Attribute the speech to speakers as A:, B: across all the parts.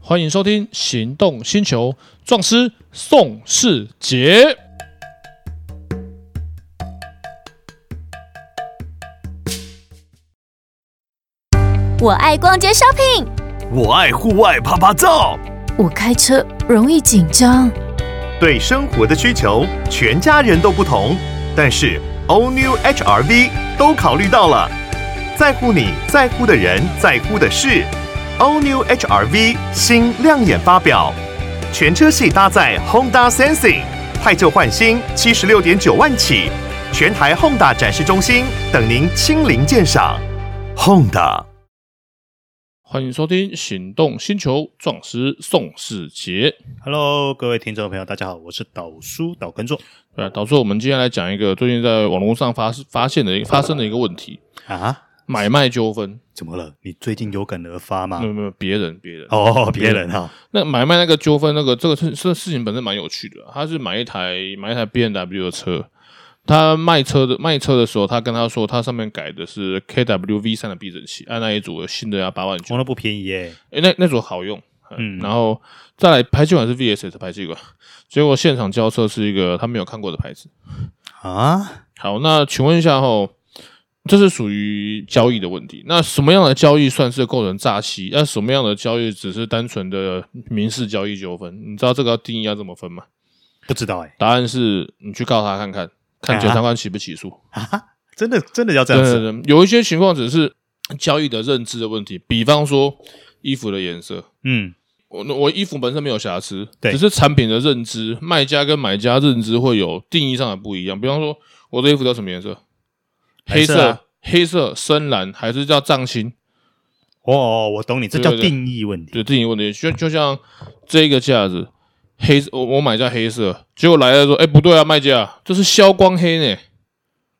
A: 欢迎收听《行动星球》，壮师宋世杰。
B: 我爱逛街 shopping，
C: 我爱户外啪啪照，
D: 我开车容易紧张，
C: 对生活的需求全家人都不同，但是 All New HRV 都考虑到了，在乎你在乎的人在乎的事，All New HRV 新亮眼发表，全车系搭载 Honda Sensing，太旧换新七十六点九万起，全台 Honda 展示中心等您亲临鉴赏，Honda。
A: 欢迎收听《行动星球》，壮师宋世杰。
E: Hello，各位听众朋友，大家好，我是导叔导根座
A: 对，啊导致我们今天来讲一个最近在网络上发发现的一个发生的一个问题
E: 啊。
A: ——买卖纠纷。
E: 怎么了？你最近有感而发吗
A: 没？有没有，别人别人。
E: 哦，别人哈，
A: 那买卖那个纠纷，那个这个事这事情本身蛮有趣的啊。他是买一台买一台 B N W 的车，他卖车的卖车的时候，他跟他说他上面改的是 K W V 三的避震器，按那一组有新的要八万九
E: 红，都不便宜耶。
A: 诶，那那组好用，嗯，
E: 嗯
A: 然后再来排气管是 V S 的排气管，结果现场交车是一个他没有看过的牌子。
E: 啊，
A: 好，那请问一下吼，这是属于交易的问题。那什么样的交易算是构成诈欺？那什么样的交易只是单纯的民事交易纠纷？你知道这个要定义要怎么分吗？
E: 不知道哎，
A: 答案是你去告他看看，看
E: 啊
A: 检察官起不起诉。
E: 真的真的要这
A: 对
E: 样
A: 对
E: 子？
A: 对，有一些情况只是交易的认知的问题，比方说衣服的颜色。
E: 嗯，
A: 我我衣服本身没有瑕疵，
E: 对
A: 只是产品的认知，卖家跟买家认知会有定义上的不一样。比方说，我的衣服叫什么颜色？黑
E: 白色啊
A: 黑色、深蓝，还是叫藏青？
E: 哦，我懂你，这叫
A: 对对对
E: 定义问题。
A: 对，定义问题。就就像这个架子，黑我我买家黑色，结果来了说，哎、不对啊，卖家，这是消光黑呢。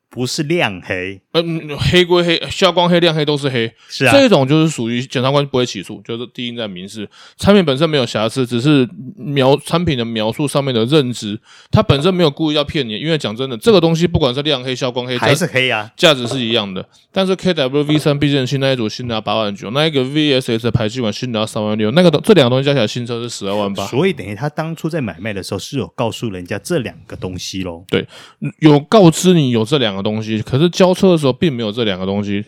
E: 不是亮黑，
A: 嗯，黑归黑，消光黑、亮黑都是黑。
E: 是啊，
A: 这种就是属于检察官不会起诉，就是定义在民事。产品本身没有瑕疵，只是描产品的描述上面的认知，它本身没有故意要骗你。因为讲真的，这个东西不管是亮黑、消光黑，
E: 还是
A: 价
E: 黑啊。
A: 价值是一样的。但是 KWV 三避震器那一组新拿八万九，那一个 VSS 的排气管新拿三万六，那个东这两个东西加起来新车是十二万八。
E: 所以等于他当初在买卖的时候是有告诉人家这两个东西喽。
A: 有告知你有这两个东西，可是交车的时候并没有这两个东西。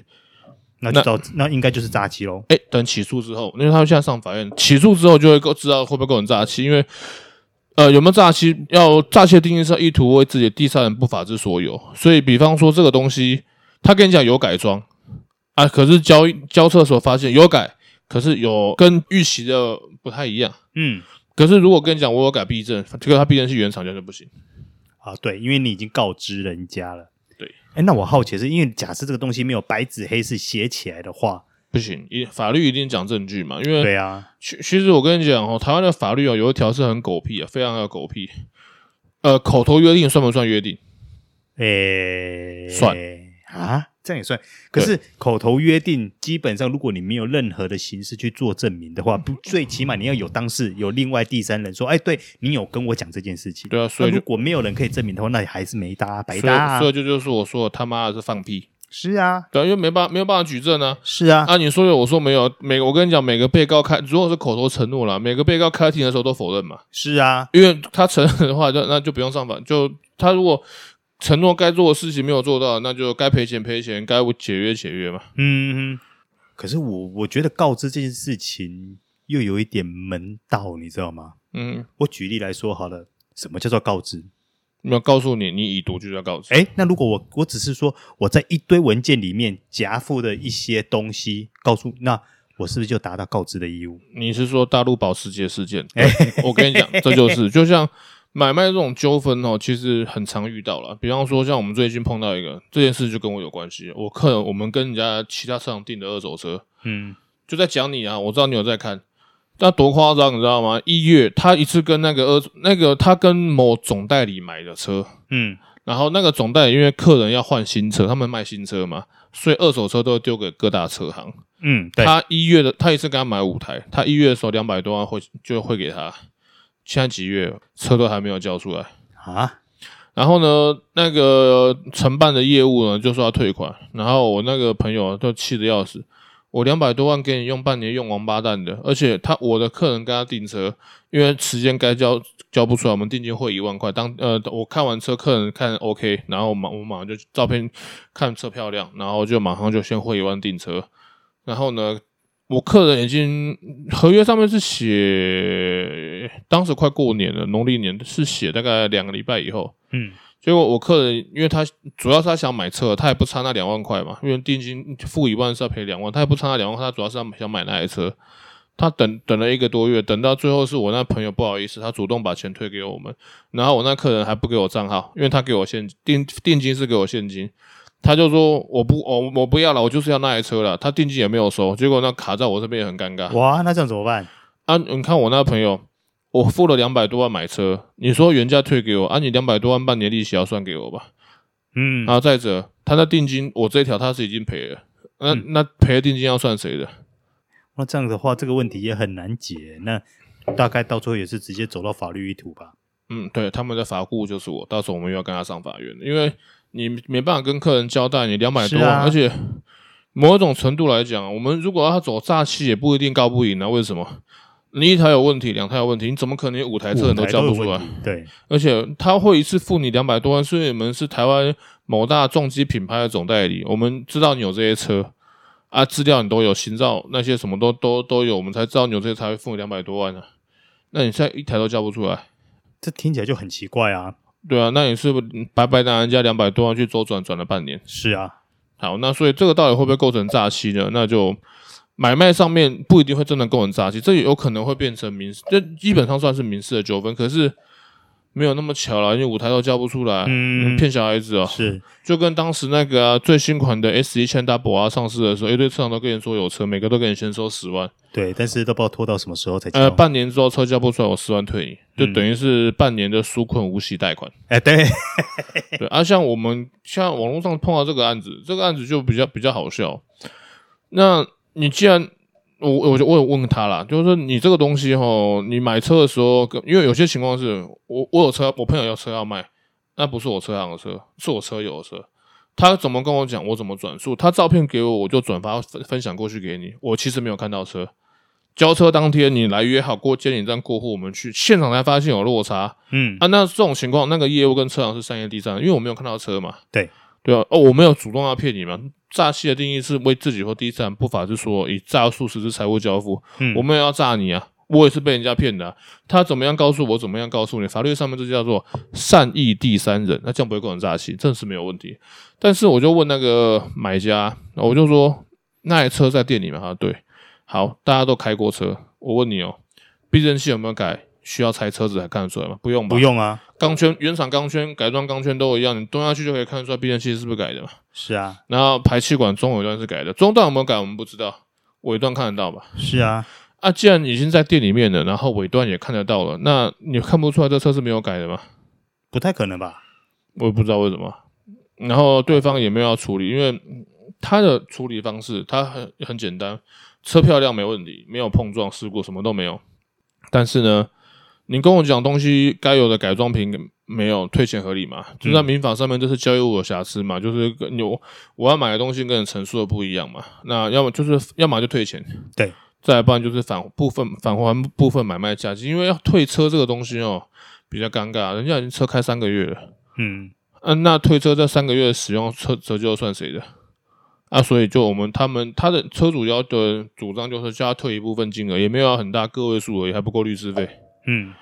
E: 那就到那应该就是诈欺喽。
A: 哎，等起诉之后，因为他现在上法院，起诉之后就会够知道会不会构成诈欺，因为呃有没有诈欺，要诈欺的定义是意图为自己的第三人不法之所有，所以比方说这个东西，他跟你讲有改装啊，可是交易交车的时候发现有改，可是有跟预期的不太一样，
E: 嗯，
A: 可是如果跟你讲我有改避震，这个他避震是原厂就是不行，
E: 啊，对，因为你已经告知人家了。
A: 对，
E: 哎，那我好奇是因为假设这个东西没有白纸黑字写起来的话，
A: 不行，一法律一定讲证据嘛，因为
E: 对啊，
A: 其其实我跟你讲哦，台湾的法律哦有一条是很狗屁啊，非常的狗屁。呃，口头约定算不算约定？
E: 诶，
A: 算
E: 啊，这样也算。可是口头约定，基本上如果你没有任何的形式去做证明的话，不，最起码你要有当事有另外第三人说，哎，对你有跟我讲这件事情。
A: 对啊所以
E: 那
A: 就
E: 如果没有人可以证明的话，那还是没搭，白
A: 所
E: 搭、
A: 以，
E: 啊
A: 所。以这就是我说的他妈的是放屁，
E: 是啊，
A: 对啊、因为没办法没有办法举证啊。
E: 是啊，
A: 啊，你说有，我说没有。每个我跟你讲，每个被告开，如果是口头承诺啦，每个被告开庭的时候都否认嘛，
E: 是啊，
A: 因为他承认的话，就那就不用上访。就他如果承诺该做的事情没有做到，那就该赔钱赔钱，该解约解约嘛。
E: 嗯。嗯可是我我觉得告知这件事情又有一点门道，你知道吗？
A: 嗯，
E: 我举例来说好了，什么叫做告知？
A: 没有告诉你，你已读就要告知。
E: 哎，那如果我我只是说我在一堆文件里面夹附的一些东西，告诉那我是不是就达到告知的义务？
A: 你是说大陆保时捷事件？对我跟你讲，这就是就像买卖这种纠纷哦，其实很常遇到了。比方说，像我们最近碰到一个这件事，就跟我有关系。我客人我们跟人家其他车厂订的二手车，
E: 嗯，
A: 就在讲你啊，我知道你有在看。那多夸张，你知道吗？一月他一次跟那个二那个他跟某总代理买的车，
E: 嗯，
A: 然后那个总代理因为客人要换新车，他们卖新车嘛，所以二手车都丢给各大车行。
E: 嗯，对，
A: 他一月的，他一次给他买五台，他一月的时候两百多万会就会给他，现在几月车都还没有交出来。
E: 啊，
A: 然后呢，那个承办的业务呢就说要退款，然后我那个朋友就气得要死，我两百多万给你用半年，用王八蛋的。而且他我的客人跟他订车，因为时间该交交不出来，我们定金汇一万块。当呃我看完车，客人看 OK，然后我马我马上就照片看车漂亮，然后就马上就先汇一万订车。然后呢，我客人已经合约上面是写，当时快过年了，农历年是写大概两个礼拜以后。
E: 嗯，
A: 结果我客人，因为他主要是他想买车，他也不差那两万块嘛，因为定金付一万是要赔两万，他也不差那两万块，他主要是他想买那台车。他等等了一个多月，等到最后是我那朋友不好意思，他主动把钱退给我们，然后我那客人还不给我账号，因为他给我现定定金是给我现金，他就说我不我我不要了，我就是要那台车了，他定金也没有收，结果那卡在我这边也很尴尬。
E: 哇，那这样怎么办？
A: 啊，你看我那朋友，我付了两百多万买车，你说原价退给我，啊，你两百多万半年利息要算给我吧。
E: 嗯
A: 然，后再者，他那定金我这一条他是已经赔了，那、
E: 嗯
A: 那赔的定金要算谁的？
E: 那这样的话，这个问题也很难解。那大概到最后也是直接走到法律意图吧。
A: 嗯，对，他们的法顾就是我，到时候我们又要跟他上法院，因为你没办法跟客人交代，你两百
E: 是
A: 多万，
E: 啊
A: 而且某种程度来讲，我们如果要走诈欺，也不一定告不赢啊。为什么？你一台有问题，两台有问题，你怎么可能五台车
E: 五
A: 人都
E: 台
A: 交
E: 有
A: 不出来
E: 问？题。对，
A: 而且他会一次付你两百多万，所以你们是台湾某大重机品牌的总代理，我们知道你有这些车啊，资料你都有，行照那些什么都都都有，我们才知道你有这些才会付你两百多万呢、那你现在一台都交不出来，
E: 这听起来就很奇怪啊。
A: 对啊，那你是不是白白拿人家两百多万去周转转了半年？
E: 是啊，
A: 好，那所以这个到底会不会构成诈欺呢？那就买卖上面不一定会真的构成诈欺，这也有可能会变成民事，这基本上算是民事的纠纷，可是没有那么巧了，因为舞台都交不出来，
E: 嗯
A: 骗小孩子哦、
E: 是
A: 就跟当时那个、啊、最新款的 S 一千 Double 啊上市的时候，一堆车厂都跟你说有车，每个都给你先收十万，
E: 对，但是都不知道拖到什么时候才交。
A: 呃，半年之后车交不出来，我十万退你，
E: 嗯
A: 就等于是半年的纾困无息贷款。
E: 哎， 对，
A: 对啊，像我们像网络上碰到这个案子，这个案子就比较比较好笑。那你既然我我就我有问他啦，就是说你这个东西哈，你买车的时候，跟因为有些情况是我我有车，我朋友有车要卖，那不是我车行的车，是我车友的车。他怎么跟我讲，我怎么转述？他照片给我，我就转发分分享过去给你。我其实没有看到车。交车当天你来约好过监理站过户，我们去现场才发现有落差。
E: 嗯，
A: 啊，那这种情况，那个业务跟车行是三业第三，因为我没有看到车嘛。
E: 对，
A: 对啊，哦，我没有主动要骗你嘛。诈欺的定义是为自己或第三人不法之所以诈术实施财务交付，
E: 嗯
A: 我没有要诈你啊，我也是被人家骗的啊、他怎么样告诉我，怎么样告诉你，法律上面这叫做善意第三人，那这样不会构成诈欺，这是没有问题。但是我就问那个买家，我就说那台车在店里吗？他说对，好，大家都开过车，我问你哦，避震器有没有改？需要拆车子才看得出来吗？不用吧？
E: 不用啊，
A: 钢圈原厂钢圈改装钢圈都一样，你蹲下去就可以看得出来避震器是不是改的嘛。
E: 是啊，
A: 然后排气管中尾段是改的，中段有没有改我们不知道，尾段看得到吧？
E: 是啊，
A: 啊，既然已经在店里面了，然后尾段也看得到了，那你看不出来这车是没有改的吗？
E: 不太可能吧？
A: 我也不知道为什么。然后对方也没有要处理，因为嗯他的处理方式他很很简单，车漂亮没问题，没有碰撞事故，什么都没有。但是呢，你跟我讲东西该有的改装品没有，退钱合理嘛？就在民法上面，这是交易物有瑕疵嘛？就是跟你我我要买的东西跟你陈述的不一样嘛？那要么就是要么就退钱，
E: 对，
A: 再不然就是返部分返还部分买卖价金，因为要退车这个东西哦比较尴尬，人家已经车开三个月了。
E: 嗯，
A: 嗯、那退车这三个月的使用车折旧算谁的？啊，所以就我们他们他的车主要的主张就是叫他退一部分金额，也没有要很大个位数而已，还不够律师费。
E: 嗯，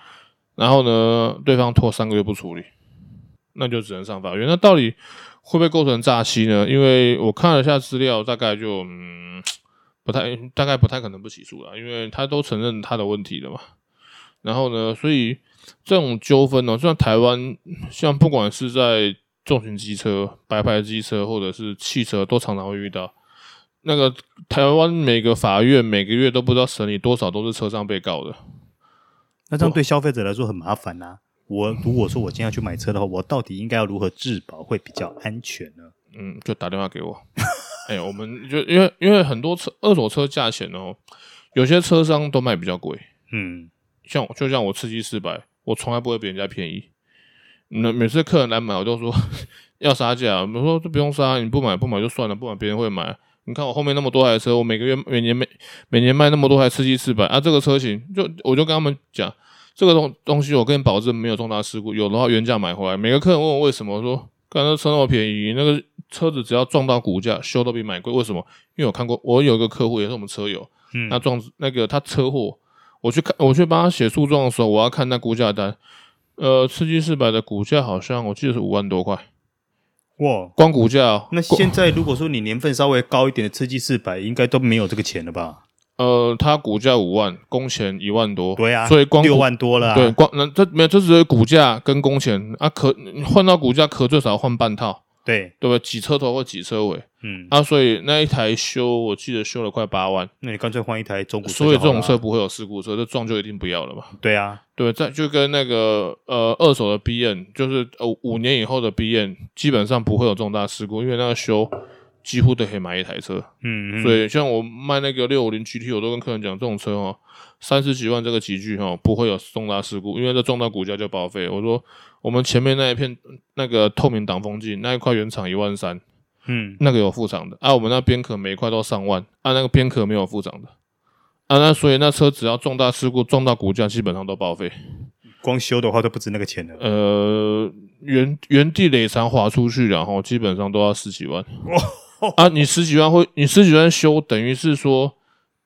A: 然后呢，对方拖三个月不处理，那就只能上法院。那到底会不会构成诈欺呢？因为我看了一下资料，大概就嗯，不太大概不太可能不起诉了，因为他都承认他的问题了嘛。然后呢，所以这种纠纷呢，像台湾，像不管是在重型机车、白牌机车或者是汽车，都常常会遇到。那个台湾每个法院每个月都不知道审理多少都是车上被告的，
E: 那这样对消费者来说很麻烦啊。我如果说我今天要去买车的话，我到底应该要如何质保会比较安全呢？
A: 嗯，就打电话给我。 哎、我们就因为因为很多车二手车价钱哦，有些车商都卖比较贵，
E: 嗯，
A: 像我就像我吃鸡四百，我从来不会比人家便宜。那每次 啊客人来买，我都说要杀价，我们说这不用杀，你不买不买就算了，不买别人会买。你看我后面那么多台车，我每个月每年每每年卖那么多台四七四百啊，这个车型就我就跟他们讲，这个东东西我跟你保证没有重大事故，有的话原价买回来。每个客人问我为什么，我说干那车那么便宜，那个车子只要撞到骨架修都比买贵，为什么？因为我看过，我有一个客户也是我们车友，
E: 嗯
A: 那撞那个他车祸，我去看我去帮他写诉状的时候，我要看那估价单，呃，刺激四百的股价好像我记得是五万多块，
E: 哇，
A: 光股价、哦。
E: 那
A: 光
E: 现在如果说你年份稍微高一点的刺激四百，应该都没有这个钱了吧？
A: 呃，他股价五万，工钱一万多，
E: 对啊，
A: 所以光股
E: 六万多了、啊，
A: 对，光那这没有，这只是股价跟工钱啊，可换到股价可最少要换半套，
E: 对，
A: 对不对？几车头或几车尾
E: 嗯，
A: 啊，所以那一台修我记得修了快八万，
E: 那你干脆换一台中古车就
A: 所以这
E: 好了
A: 种
E: 啊
A: 车，不会有事故车，这撞就一定不要了嘛。
E: 对啊，
A: 对，在就跟那个呃二手的 B N，就是呃五年以后的 B N，基本上不会有重大事故，因为那个修几乎都可以买一台车。
E: 嗯，嗯
A: 所以像我卖那个六五零 G T，我都跟客人讲，这种车哦，三十几万这个级距哦，不会有重大事故，因为这撞到骨架就报废。我说我们前面那一片那个透明挡风镜那一块原厂一万三，
E: 嗯，
A: 那个有副厂的，啊，我们那边壳每一块都上万，啊，那个边壳没有副厂的，啊，那所以那车只要重大事故撞到骨架，基本上都报废。
E: 光修的话都不止那个钱了，
A: 呃，原原地垒长划出去，然后基本上都要十几万。啊，你十几万会，你十几万修，等于是说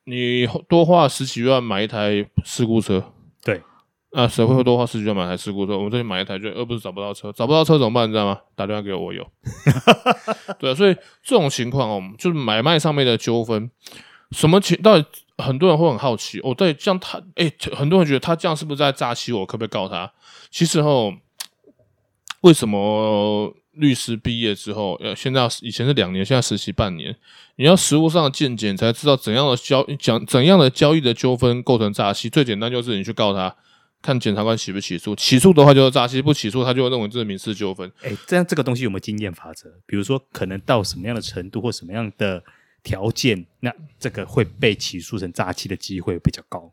A: 你多花十几万买一台事故车。
E: 对，
A: 那啊谁会多花十几万买台事故车？我们这里买一台就，而不是找不到车，找不到车怎么办？你知道吗？打电话给我，我有。对啊，所以这种情况哦，我们就是买卖上面的纠纷，什么情？到底很多人会很好奇哦。对，这样他，哎、很多人觉得他这样是不是在诈欺我？可不可以告他？其实哦，为什么律师毕业之后，呃，现在以前是两年，现在实习半年，你要实务上的见解，你才知道怎样的交讲怎样的交易的纠纷构成诈欺。最简单就是你去告他，看检察官起不起诉，起诉的话就是诈欺，不起诉他就会认为这是民事纠纷。
E: 哎，这样这个东西有没有经验法则？比如说，可能到什么样的程度或什么样的条件，那这个会被起诉成诈欺的机会比较高。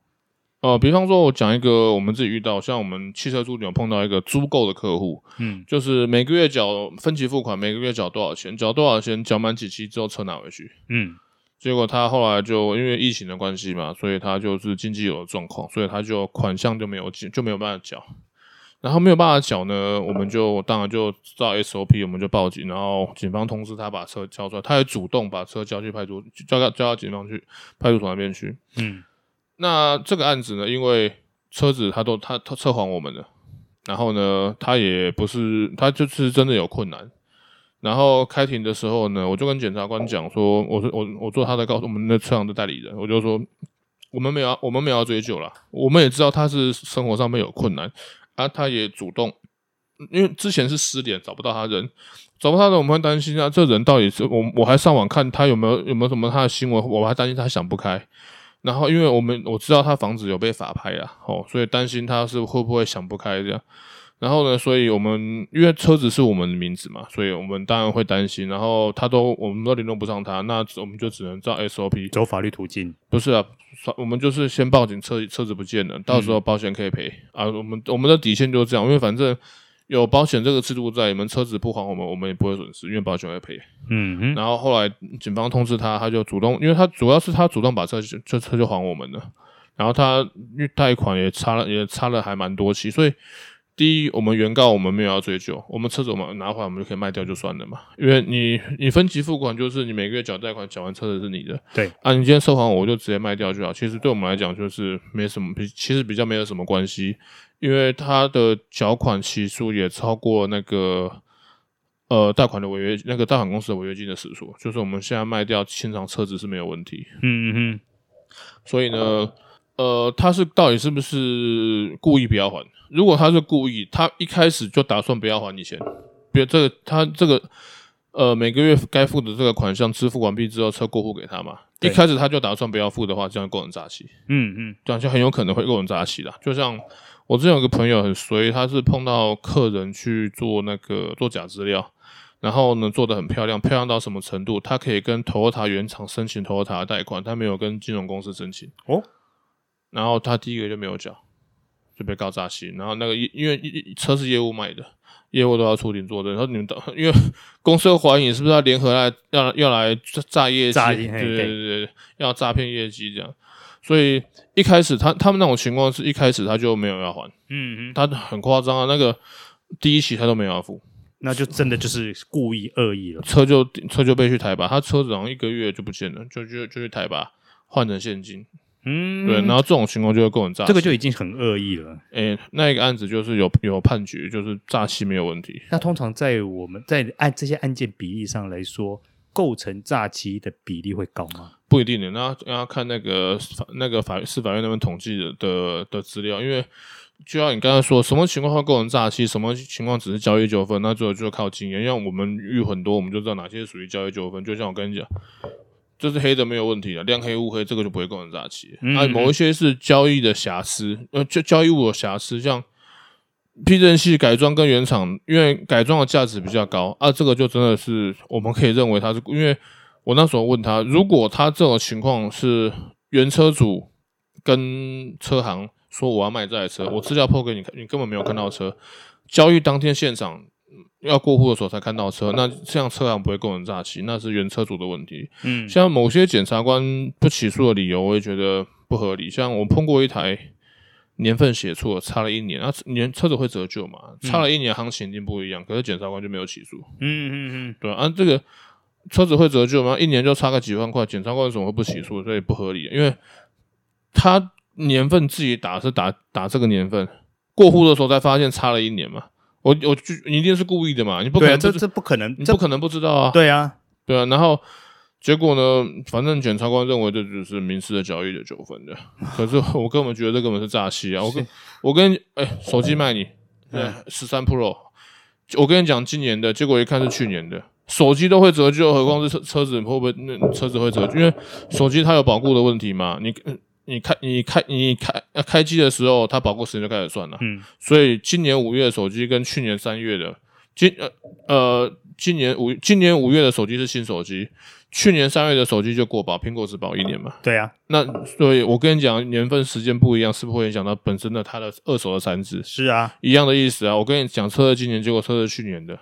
A: 呃，比方说，我讲一个我们自己遇到，像我们汽车租赁有碰到一个租购的客户，
E: 嗯，
A: 就是每个月缴分期付款，每个月缴多少钱，缴多少钱，缴满几期之后车拿回去。
E: 嗯，
A: 结果他后来就因为疫情的关系嘛，所以他就是经济有状况，所以他就款项就没有进，就没有办法缴。然后没有办法缴呢，我们就当然就照 SOP，我们就报警，然后警方通知他把车交出来，他也主动把车交去派出交到交到警方去派出所那边去。
E: 嗯，
A: 那这个案子呢，因为车子他都他他车还我们了，然后呢，他也不是他就是真的有困难。然后开庭的时候呢，我就跟检察官讲说，我是我我做他的告我们的车行的代理人，我就说我们没有要我们没有要追究啦，我们也知道他是生活上面有困难啊，他也主动，因为之前是失联找不到他人，找不到他人我们会担心啊，这人到底是我我还上网看他有没有有没有什么他的新闻，我还担心他想不开。然后，因为我们我知道他房子有被法拍啊，哦，所以担心他是会不会想不开这样。然后呢，所以我们因为车子是我们的名字嘛，所以我们当然会担心。然后他都我们都联络不上他，那我们就只能照 SOP。
E: 走法律途径。
A: 不是啊，我们就是先报警，车车子不见了，到时候保险可以赔、啊。我们我们的底线就是这样，因为反正有保险这个制度在，你们车子不还我们，我们也不会损失，因为保险会赔。
E: 嗯哼，
A: 然后后来警方通知他，他就主动，因为他主要是他主动把车这车就还我们了，然后他因为贷款也差了也差了还蛮多期，所以第一，我们原告我们没有要追究，我们车子我们拿回来我们就可以卖掉就算了嘛，因为你你分期付款就是你每个月缴贷款，缴完车子是你的，
E: 对
A: 啊，你今天收还我，我就直接卖掉就好。其实对我们来讲就是没什么，比其实比较没有什么关系，因为他的缴款期数也超过那个呃贷款的违约那个贷款公司的违约金的时数，就是我们现在卖掉清偿车子是没有问题。
E: 嗯嗯
A: 所以呢，呃，他是到底是不是故意不要还？如果他是故意，他一开始就打算不要还你钱，别这个他这个呃每个月该付的这个款项支付完毕之后，车过户给他嘛，一
E: 对
A: 开始他就打算不要付的话，这样构成诈欺。
E: 哼，嗯嗯，
A: 这样就很有可能会构成诈欺啦。就像我之前有个朋友很衰，他是碰到客人去做那个做假资料，然后呢做的很漂亮，漂亮到什么程度？他可以跟 Toyota 原厂申请 Toyota 的贷款，他没有跟金融公司申请。
E: 哦，
A: 然后他第一个就没有缴，就被告诈欺。然后那个因因为车是业务卖的，业务都要出庭作证，然后你们到 因为公司又怀疑你是不是要联合来要要来诈诈业绩，
E: 诈
A: 对
E: 嘿
A: 对
E: 对
A: 对对，要诈骗业绩这样。所以一开始他他们那种情况是一开始他就没有要还，
E: 嗯嗯，
A: 他很夸张啊，那个第一期他都没有要付，
E: 那就真的就是故意恶意了。
A: 车就车就被去台吧，他车子好像一个月就不见了，就就就去台吧换成现金，
E: 嗯，
A: 对，然后这种情况就会够很炸。
E: 这个就已经很恶意了。
A: 诶、那一个案子就是有有判决，就是诈欺没有问题，
E: 那通常在我们在按这些案件比例上来说，构成诈欺的比例会高吗？
A: 不一定的。那要看那个法那个法市法院那边统计的的的资料，因为就像你刚才说，什么情况会构成诈欺，什么情况只是交易纠纷，那最后就靠经验。像我们遇很多，我们就知道哪些属于交易纠纷。就像我跟你讲，这是黑的没有问题的，亮黑乌黑这个就不会构成诈欺。
E: 嗯
A: 那、某一些是交易的瑕疵，呃，就交易物有瑕疵，像。避震器改装跟原厂，因为改装的价值比较高啊，这个就真的是我们可以认为它是，因为我那时候问他，如果他这种情况是原车主跟车行说我要卖这台车，我资料破给你看，你根本没有看到车，交易当天现场嗯要过户的时候才看到车，那这样车行不会构成诈欺，那是原车主的问题。
E: 嗯
A: 像某些检察官不起诉的理由，我也觉得不合理。像我碰过一台年份写错，差了一年，啊，年车子会折旧嘛，差了一年行情一定不一样，可是检察官就没有起诉，
E: 嗯嗯嗯，
A: 对啊，啊这个车子会折旧嘛，一年就差个几万块，检察官为什么会不起诉？所以不合理，啊因为他年份自己打是打打这个年份，过户的时候才发现差了一年嘛。我我就你一定是故意的嘛，你不可
E: 对啊，
A: 能不
E: 这
A: 知
E: 这不可能，
A: 你
E: 这
A: 不可能不知道啊。
E: 对啊，
A: 对啊，然后结果呢？反正检察官认为这只是民事的交易的纠纷的，可是我根本觉得这根本是诈欺啊！我跟我跟哎、手机卖你，呃十三 Pro，我跟你讲今年的，结果一看是去年的，手机都会折旧，何况是车车子会不会那车子会折旧？因为手机它有保固的问题嘛，你你开你开你开呃开机的时候，它保固时间就开始算了。
E: 嗯，
A: 所以今年五月的手机跟去年三月的，今呃呃，今年五今年五月的手机是新手机，去年三月的手机就过保，苹果只保一年嘛。
E: 对啊，
A: 那所以，我跟你讲，年份时间不一样，是不是会影响到本身的它的二手的残值？
E: 是啊，
A: 一样的意思啊。我跟你讲，车是今年，结果车是去年的，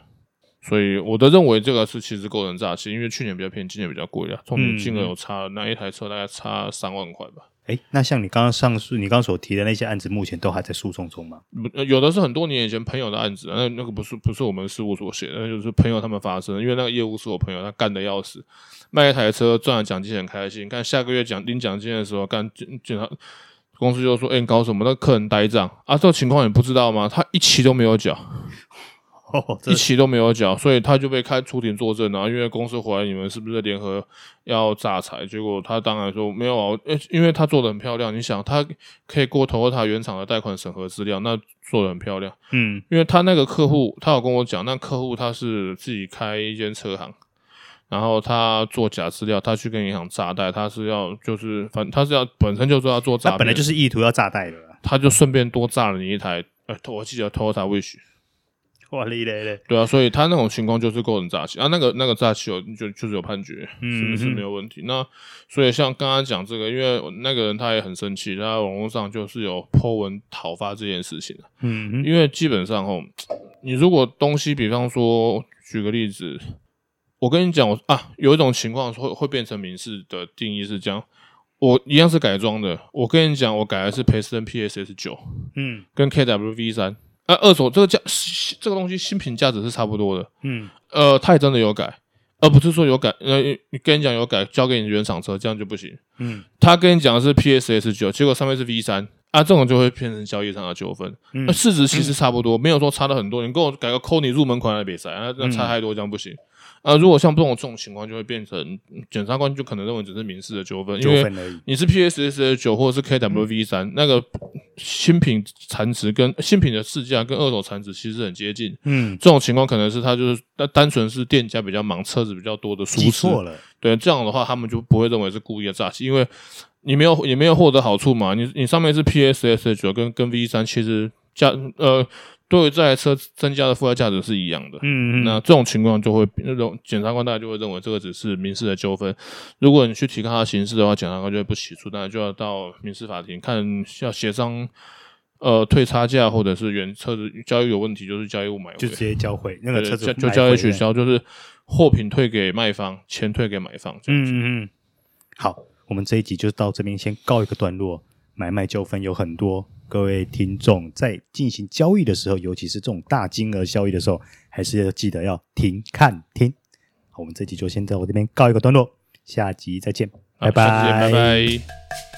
A: 所以我的认为这个是其实构成诈欺，因为去年比较便宜，今年比较贵啊，重点金额有差，那一台车大概差三万块吧。
E: 哎，那像你刚刚上述你刚刚所提的那些案子，目前都还在诉讼中吗？
A: 不呃有的是很多年以前朋友的案子，啊那那个不是不是我们事务所写的，那就是朋友他们发生的，因为那个业务是我朋友，他干的要死，卖一台车赚了奖金很开心，看下个月奖领奖金的时候，干检检查公司就说，哎、你搞什么？那客人呆账啊，这个情况你不知道吗？他一期都没有缴，
E: 哦，这
A: 一期都没有缴，所以他就被开出庭作证啊，因为公司怀疑你们是不是联合要诈财，结果他当然说没有啊，呃因为他做的很漂亮，你想他可以过头他原厂的贷款审核资料，那做的很漂亮。
E: 嗯
A: 因为他那个客户，他有跟我讲，那客户他是自己开一间车行，然后他做假资料，他去跟银行诈贷，他是要就是反他是要本身就说要做诈
E: 他
A: 骗，
E: 本来就是意图要炸贷的啦。
A: 他就顺便多炸了你一台，呃，我记得 Toyota Wish，
E: 哇嘞嘞嘞，
A: 对啊，所以他那种情况就是构成诈欺啊，那个那个诈欺有就就是有判决，
E: 嗯
A: 是是没有问题。那所以像刚刚讲这个，因为那个人他也很生气，他在网络上就是有 po 文讨伐这件事情。
E: 嗯嗯
A: 因为基本上吼，你如果东西，比方说，举个例子，我跟你讲，我啊，有一种情况会会变成民事的定义是这样，我一样是改装的，我跟你讲，我改的是培森 PSS 九
E: 嗯
A: 跟 KWV 三，啊，二手这个价这个东西新品价值是差不多的，
E: 嗯，
A: 呃，他也真的有改，而不是说有改，呃，你跟你讲有改，交给你原厂车，这样就不行。
E: 嗯，
A: 他跟你讲的是 PSS 九，结果上面是 V 三，啊，这种就会变成交易上的纠纷。
E: 嗯
A: 那市值其实差不多，没有说差的很多。你跟我改个扣你入门款的比赛，啊那那
E: 嗯
A: 差太多，这样不行。啊，如果像这种这种情况，就会变成检察官就可能认为只是民事的纠纷，因
E: 纠
A: 为
E: 纷嗯而已。
A: 你是 PSS 九或者是 KWV 三、那个新品残值跟新品的市价跟二手残值其实很接近，
E: 嗯，
A: 这种情况可能是他就是单单纯是店家比较忙，车子比较多的疏
E: 记
A: 失。
E: 错了。
A: 对，这样的话他们就不会认为是故意的诈欺，因为你没有也没有获得好处嘛。你你上面是 PSS 九啊跟跟 V 三，其实价呃对于这台车增加的附加价值是一样的。
E: 嗯嗯，
A: 那这种情况就会那种检察官大家就会认为这个只是民事的纠纷，如果你去提高他的刑事的话，检察官就会不起诉，那就要到民事法庭看要协商呃退差价或者是原车子交易有问题，就是交易物买回，
E: 就直接交回那个
A: 对
E: 车子
A: 呃就就
E: 买
A: 交
E: 回
A: 易取
E: 来
A: 消，就是货品退给卖方，钱退给买方这样子。
E: 嗯嗯嗯，好，我们这一集就到这边先告一个段落。买卖纠纷有很多，各位听众在进行交易的时候，尤其是这种大金额交易的时候，还是要记得要停看听。好，我们这集就先在我这边告一个段落，下集再见，
A: 好
E: 拜
A: 下次见拜拜。